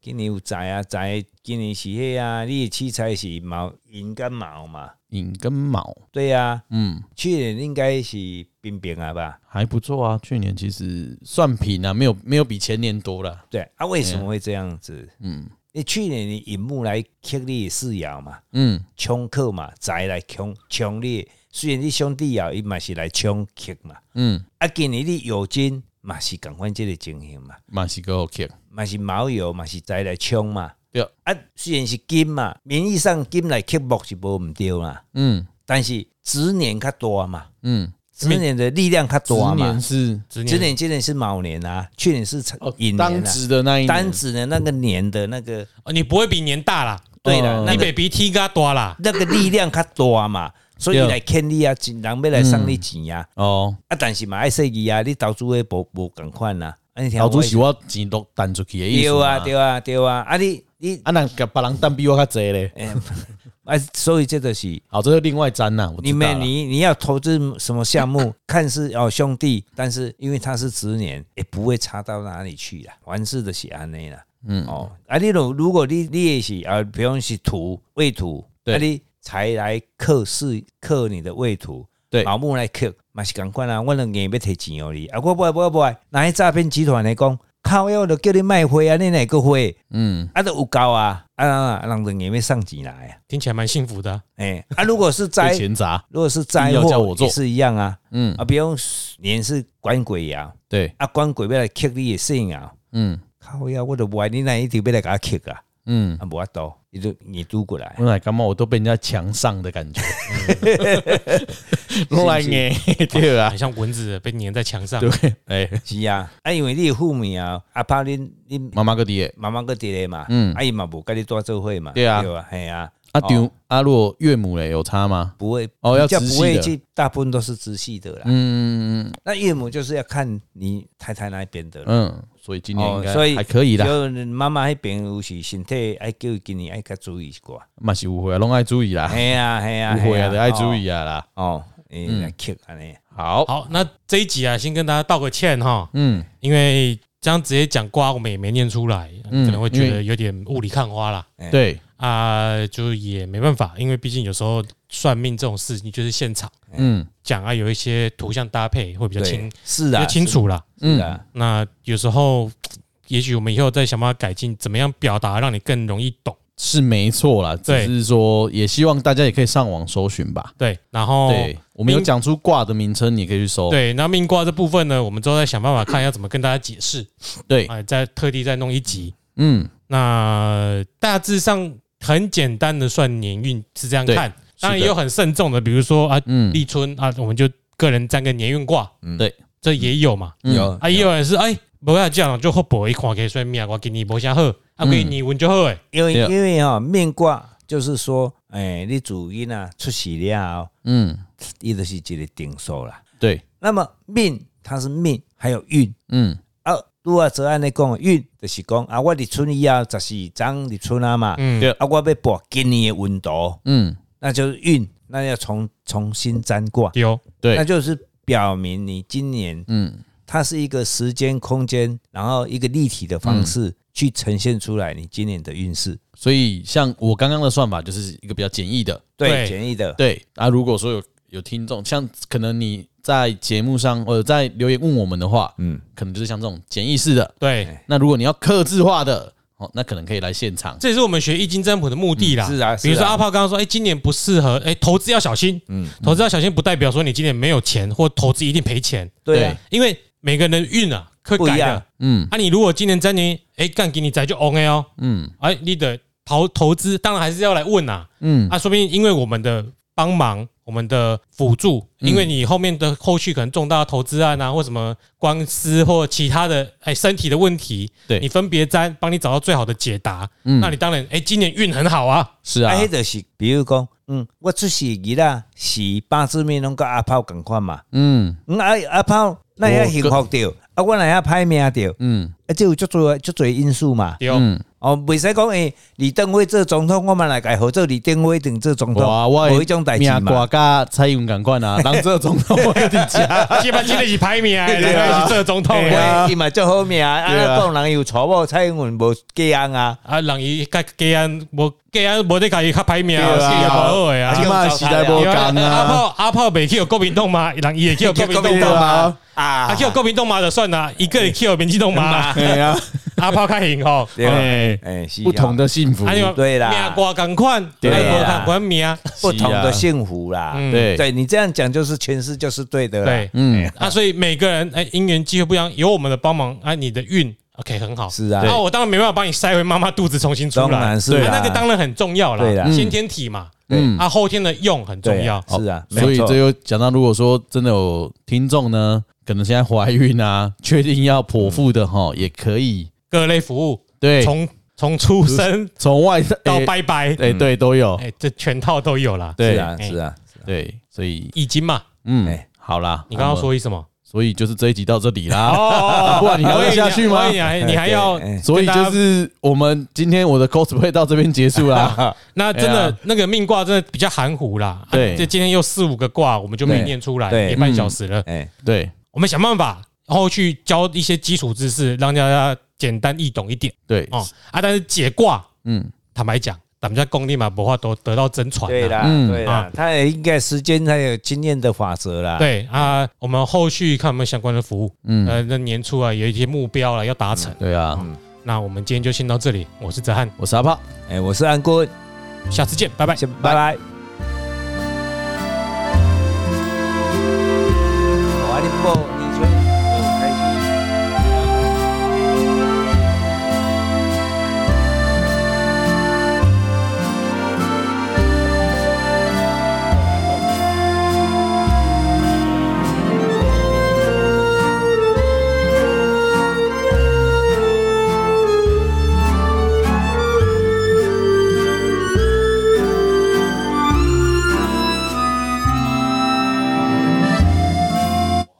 Speaker 1: 今年有宅啊宅，今年是迄啊，你的器材是毛银跟毛嘛？
Speaker 2: 银跟卯，
Speaker 1: 对啊，
Speaker 2: 嗯，
Speaker 1: 去年应该是冰冰啊吧？
Speaker 2: 还不错啊，去年其实算平啊，没有没有比前年多了，
Speaker 1: 对啊，为什么会这样子？
Speaker 2: 嗯
Speaker 1: 你去年你引木来克你的四爻嘛，
Speaker 2: 嗯，
Speaker 1: 冲克嘛，宅来冲冲你的，虽然你兄弟啊爻伊嘛是来冲克嘛，
Speaker 2: 嗯，
Speaker 1: 啊，今年你有金嘛是共款即个情形嘛。
Speaker 2: 嘛是个 OK，
Speaker 1: 嘛是毛油嘛是宅来冲嘛。
Speaker 2: 对，
Speaker 1: 啊，虽然是金嘛，名义上金来刻木是无毋对啦，
Speaker 2: 嗯
Speaker 1: 但是子年较大嘛，
Speaker 2: 嗯，
Speaker 1: 子年的力量较大
Speaker 2: 今年
Speaker 1: 嘛。
Speaker 2: 是
Speaker 3: 子
Speaker 1: 子
Speaker 3: 年
Speaker 1: 年今年是卯年啊，去年是辰
Speaker 2: 哦
Speaker 1: 寅，
Speaker 2: 当
Speaker 1: 年啊，
Speaker 2: 值的那一
Speaker 1: 单
Speaker 2: 年，
Speaker 1: 子的那个年的那个，
Speaker 3: 哦你不会比年大啦，
Speaker 1: 对啦
Speaker 2: 哦，
Speaker 1: 那
Speaker 3: 你
Speaker 1: 个
Speaker 3: 比比 T 嘎多啦。
Speaker 1: 那个力量较 大嘛，所以
Speaker 2: 对
Speaker 1: 来骗你啊，人要来送你钱啊，
Speaker 2: 哦，
Speaker 1: 啊，但是嘛爱说伊啊，你投资的无无共款啊，啊，你听
Speaker 2: 老
Speaker 1: 我
Speaker 2: 主
Speaker 1: 的
Speaker 2: 是我钱都弹出去的意思
Speaker 1: 对
Speaker 2: 嘛
Speaker 1: 啊，对啊，对啊，啊你你，
Speaker 2: 啊，那给别人蛋比我较济嘞。
Speaker 1: 哎，啊，所以这就是。
Speaker 2: 好，这是另外粘呐、我知
Speaker 1: 你
Speaker 2: 道
Speaker 1: 们
Speaker 2: 了
Speaker 1: 你你要投资什么项 目？看似哦兄弟，但是因为他是直年，也不会差到哪里去啦。凡事都是安内啦。嗯哦，啊，你如如果你你也是啊，比方是土未土，
Speaker 2: 对
Speaker 1: 啊你才来克是克你的未土，
Speaker 2: 对
Speaker 1: 盲目来克，嘛是赶快啦，我两硬要提钱哦你，啊我不爱不爱不爱，哪些诈骗集团来讲，靠要就叫你卖花啊，你哪个花？
Speaker 2: 嗯，
Speaker 1: 啊都有够啊，啊人两硬要送钱来啊，
Speaker 3: 听起来蛮幸福的啊。
Speaker 1: 哎、啊如果是
Speaker 2: 被
Speaker 1: 灾
Speaker 2: 钱砸，
Speaker 1: 如果是灾
Speaker 2: 硬要叫我
Speaker 1: 祸，
Speaker 2: 做
Speaker 1: 也是一样啊
Speaker 2: 嗯，
Speaker 1: 啊！比方年是官鬼爻，
Speaker 2: 对，
Speaker 1: 啊官鬼要来克你的性爻，
Speaker 2: 嗯
Speaker 1: 靠呀，我都不爱你那一定要来给他克啊，
Speaker 2: 嗯，
Speaker 1: 啊无法度，你就你拄过来
Speaker 2: 我，来感冒我都被人家强上的感觉， 弄来硬对啊
Speaker 3: 很，像蚊子被粘在墙上。
Speaker 2: 对， 哎、
Speaker 1: 是啊，啊因为你的父母啊，啊怕恁恁
Speaker 2: 妈妈个弟耶，
Speaker 1: 妈妈个伫咧嘛，
Speaker 2: 嗯
Speaker 1: 啊伊嘛无跟你多做伙嘛，
Speaker 2: 对啊
Speaker 1: 对啊，嘿啊，
Speaker 2: 阿
Speaker 1: 哦
Speaker 2: 丢阿若岳母嘞有差吗？
Speaker 1: 不会
Speaker 2: 哦要
Speaker 1: 比较
Speaker 2: 直
Speaker 1: 不
Speaker 2: 系
Speaker 1: 会
Speaker 2: 的
Speaker 1: 去，大部分都是直系的啦。
Speaker 2: 嗯
Speaker 1: 那岳母就是要看你太太那边的啦。
Speaker 2: 嗯，所以今年应
Speaker 1: 哦所
Speaker 2: 该
Speaker 1: 以
Speaker 2: 还可以啦，
Speaker 1: 就妈妈那边有时身体爱叫她今年爱较注意一寡。
Speaker 2: 嘛是误会啊，拢爱注意啦，
Speaker 1: 嘿啊嘿啊，
Speaker 2: 误会啊，
Speaker 1: 嘿
Speaker 2: 得爱注意啊啦。
Speaker 1: 哦。哦诶，来克安尼，
Speaker 2: 好，
Speaker 1: 哦
Speaker 3: 好，那这一集啊，先跟大家道个歉哈，
Speaker 2: 嗯，
Speaker 3: 因为这样直接讲瓜，我们也没念出来，
Speaker 2: 嗯
Speaker 3: 可能会觉
Speaker 2: 因
Speaker 3: 得
Speaker 2: 为
Speaker 3: 有点雾里看花啦。
Speaker 2: 对，
Speaker 1: 哎
Speaker 3: 啊、就也没办法，因为毕竟有时候算命这种事情就是现场
Speaker 1: 哎
Speaker 2: 嗯
Speaker 3: 讲啊，有一些图像搭配会比较清，
Speaker 1: 对
Speaker 3: 比，
Speaker 1: 是
Speaker 3: 较
Speaker 1: 啊，
Speaker 3: 清楚啦。
Speaker 1: 是
Speaker 2: 嗯，
Speaker 1: 啊，
Speaker 3: 那有时候，也许我们以后再想办法改进，怎么样表达让你更容易懂。
Speaker 2: 是没错啦，只
Speaker 3: 对
Speaker 2: 是说也希望大家也可以上网搜寻吧。
Speaker 3: 对，然后
Speaker 2: 对，哦我们有讲出卦的名称，你可以去搜。
Speaker 3: 哦对，那命卦这部分呢，我们之后再想办法看要怎么跟大家解释，
Speaker 2: 对，
Speaker 3: 哎，再特地再弄一集。
Speaker 2: 嗯，
Speaker 3: 那大致上很简单的算年运是这样
Speaker 2: 对
Speaker 3: 看，当然
Speaker 2: 是的
Speaker 3: 也有很慎重的，比如说啊，
Speaker 2: 嗯
Speaker 3: 立春啊，我们就个人占个年运卦，
Speaker 1: 嗯
Speaker 2: 对，
Speaker 3: 这也有嘛。
Speaker 2: 嗯
Speaker 1: 有
Speaker 3: 啊，也有人是哎，不要这样，就好薄一看起来算命，我给你无啥好，
Speaker 2: 嗯
Speaker 3: 啊，给你问就好诶。
Speaker 1: 因为
Speaker 2: 对
Speaker 1: 因为哈面卦就是说，诶，你主因啊出世了后，
Speaker 2: 嗯，
Speaker 1: 伊就是一个定数啦。
Speaker 2: 对，
Speaker 1: 那么命它是命，还有运
Speaker 2: 嗯
Speaker 1: 啊。如果照安尼讲，运就是讲啊，我立春以后十四章立春啊嘛，
Speaker 3: 嗯，
Speaker 2: 对
Speaker 1: 啊，我要博今年的温度，
Speaker 2: 嗯，
Speaker 1: 那就是运，那要重重新占卦，
Speaker 3: 有
Speaker 1: 那
Speaker 2: 对，
Speaker 1: 就是表明你今年
Speaker 2: 嗯
Speaker 1: 它是一个时间、空间，然后一个立体的方
Speaker 2: 嗯
Speaker 1: 式去呈现出来你今年的运势。
Speaker 2: 所以像我刚刚的算法就是一个比较简易的。
Speaker 1: 对，
Speaker 3: 对
Speaker 1: 简易的，
Speaker 2: 对，啊，如果说有有听众，像可能你在节目上或者在留言问我们的话，
Speaker 1: 嗯，
Speaker 2: 可能就是像这种简易式的。
Speaker 3: 对，
Speaker 2: 那如果你要克制化的，哦，那可能可以来现场。
Speaker 3: 这也是我们学易经占卜的目的啦。
Speaker 1: 是啊，
Speaker 3: 比如
Speaker 1: 是
Speaker 3: 说
Speaker 1: 啊
Speaker 3: 阿炮刚刚说，哎，今年不适合，哎，投资要小心。
Speaker 1: 嗯，
Speaker 3: 投资要小心，不代表说你今年没有钱或投资一定赔钱，
Speaker 1: 对啊，
Speaker 3: 因为每个人运啊会
Speaker 1: 不
Speaker 3: 改
Speaker 1: 一样
Speaker 3: 的。
Speaker 2: 嗯
Speaker 3: 啊，你如果今年真年哎干给你宰就 OK 哦，
Speaker 2: 嗯
Speaker 3: 哎，你的投投资当然还是要来问啊，
Speaker 2: 嗯
Speaker 3: 啊，说不定因为我们的帮忙，我们的辅助，
Speaker 2: 嗯
Speaker 3: 因为你后面的后续可能重大投资案啊，或什么官司或其他的哎身体的问题，
Speaker 2: 对
Speaker 3: 你分别占，帮你找到最好的解答。
Speaker 2: 嗯
Speaker 3: 那你当然哎，今年运很好啊，
Speaker 2: 是啊
Speaker 1: 啊，，迄就是比如讲，嗯，我出事日啦，是八字面拢甲阿炮共款嘛，
Speaker 2: 嗯
Speaker 1: 嗯，阿阿炮那遐幸福着，啊，我那遐歹命着，
Speaker 2: 嗯
Speaker 1: 啊，这有足多足多因素嘛，
Speaker 3: 对哦，
Speaker 2: 嗯，
Speaker 1: 哦，袂使讲诶，李登辉做总统，我嘛来改合作李登辉定做总统，
Speaker 2: 哇，啊我
Speaker 1: 无迄种代志
Speaker 2: 命
Speaker 1: 嘛
Speaker 2: 挂，甲蔡英文赶快啊，当这总统我有点假，
Speaker 3: 基本今年是排 名啊，
Speaker 2: 对啊
Speaker 3: 一起做总统
Speaker 2: 对
Speaker 3: 啊
Speaker 2: 啊
Speaker 1: 伊嘛足好命，啊，
Speaker 2: 对啊
Speaker 1: 讲人有娶某，蔡英文无嫁翁啊，
Speaker 3: 啊，人伊甲家安无家安无得家己较排名啊，
Speaker 2: 对啊
Speaker 3: 事业无好诶啊
Speaker 1: 啊。
Speaker 2: 即马时代无共
Speaker 1: 不
Speaker 3: 对阿
Speaker 2: 啊，
Speaker 3: 炮阿炮袂去有国民党嘛，人伊会去有国民党
Speaker 2: 对
Speaker 3: 嘛，
Speaker 2: 啊，
Speaker 1: 啊
Speaker 3: 啊去有国民党嘛就算啦，一个会去有民进党嘛，
Speaker 2: 哎呀，
Speaker 3: 阿炮较幸吼。哦
Speaker 1: 对吧？
Speaker 2: 哎
Speaker 1: 哎，是啊
Speaker 2: 不同的幸福
Speaker 3: 啊，，你
Speaker 1: 对啦
Speaker 3: 命挂同款，
Speaker 2: 对啦
Speaker 3: 爱挂同款命，
Speaker 1: 不同的
Speaker 2: 是
Speaker 1: 幸福啦，
Speaker 3: 嗯
Speaker 2: 对
Speaker 1: 对你这样讲就是诠释就是对的啦，
Speaker 3: 对
Speaker 2: 嗯
Speaker 3: 啊，所以每个人哎，因缘机会不一样，有我们的帮忙，啊，你的运 OK 很好，
Speaker 1: 是啊
Speaker 3: 那我当然没办法帮你塞回妈妈肚子重新出
Speaker 1: 当
Speaker 3: 来，
Speaker 1: 然是
Speaker 3: 啊
Speaker 1: 啦
Speaker 3: 那个当然很重要
Speaker 1: 对啦
Speaker 3: 啦，先天体嘛，
Speaker 2: 嗯。
Speaker 3: 啊，后天的用很重
Speaker 1: 对
Speaker 3: 要
Speaker 1: 啊，，是啊，
Speaker 2: 哦
Speaker 1: 没
Speaker 2: 所以
Speaker 1: 错
Speaker 2: 这又讲到，如果说真的有听众呢，可能现在怀孕啊， 确定要剖腹的哈，也可以
Speaker 3: 各类服务
Speaker 2: 对
Speaker 3: 从从出生
Speaker 2: 从外
Speaker 3: 到
Speaker 2: 哎
Speaker 3: 拜拜，
Speaker 2: 哎对都有
Speaker 3: 哎，这全套都有啦，
Speaker 2: 对
Speaker 1: 是啊，
Speaker 3: 哎
Speaker 1: 是啊，
Speaker 2: 对，所以
Speaker 3: 已经嘛，
Speaker 2: 嗯
Speaker 1: 哎
Speaker 2: 好啦，
Speaker 3: 你刚刚
Speaker 2: 我们
Speaker 3: 说一什么？
Speaker 2: 所以就是这一集到这里
Speaker 3: 哦
Speaker 2: 啦，
Speaker 3: 哦，哦
Speaker 2: 不然你还
Speaker 3: 我以为
Speaker 2: 要下去吗
Speaker 3: 我以为你还你还
Speaker 1: 对
Speaker 3: 要
Speaker 1: 哎
Speaker 2: 所以就是我们今天我的 cosplay 到这边结束啦，
Speaker 3: 那真
Speaker 2: 哎
Speaker 3: 的
Speaker 2: 呀
Speaker 3: 那个命卦真的比较含糊啦。
Speaker 2: 对嗯
Speaker 3: 啊这今天又四五个卦，我们就没
Speaker 1: 对
Speaker 3: 念出来，
Speaker 1: 对
Speaker 3: 也半小时了。
Speaker 1: 哎，
Speaker 2: 对
Speaker 3: 我们想办法，然后去教一些基础知识，让大家简单易懂一点
Speaker 2: 对
Speaker 3: 哦。啊，但是解卦，
Speaker 2: 嗯
Speaker 3: 坦白讲，咱们在工地嘛，不话都得到真传。
Speaker 1: 对啦，
Speaker 2: 嗯
Speaker 1: 对啦
Speaker 3: 啊，
Speaker 1: 他也应该时间还有经验的法则啦，
Speaker 3: 对啊，我们后续看有没有相关的服务。
Speaker 2: 嗯
Speaker 3: 呃，那年初啊，有一些目标了要达
Speaker 1: 嗯
Speaker 3: 成。
Speaker 2: 对啊，
Speaker 3: 那我们今天就先到这里，我是泽汉，
Speaker 2: 我是阿炮。
Speaker 1: 哎，我是安哥，
Speaker 3: 下次见，拜拜。
Speaker 1: 先拜拜。
Speaker 2: 啊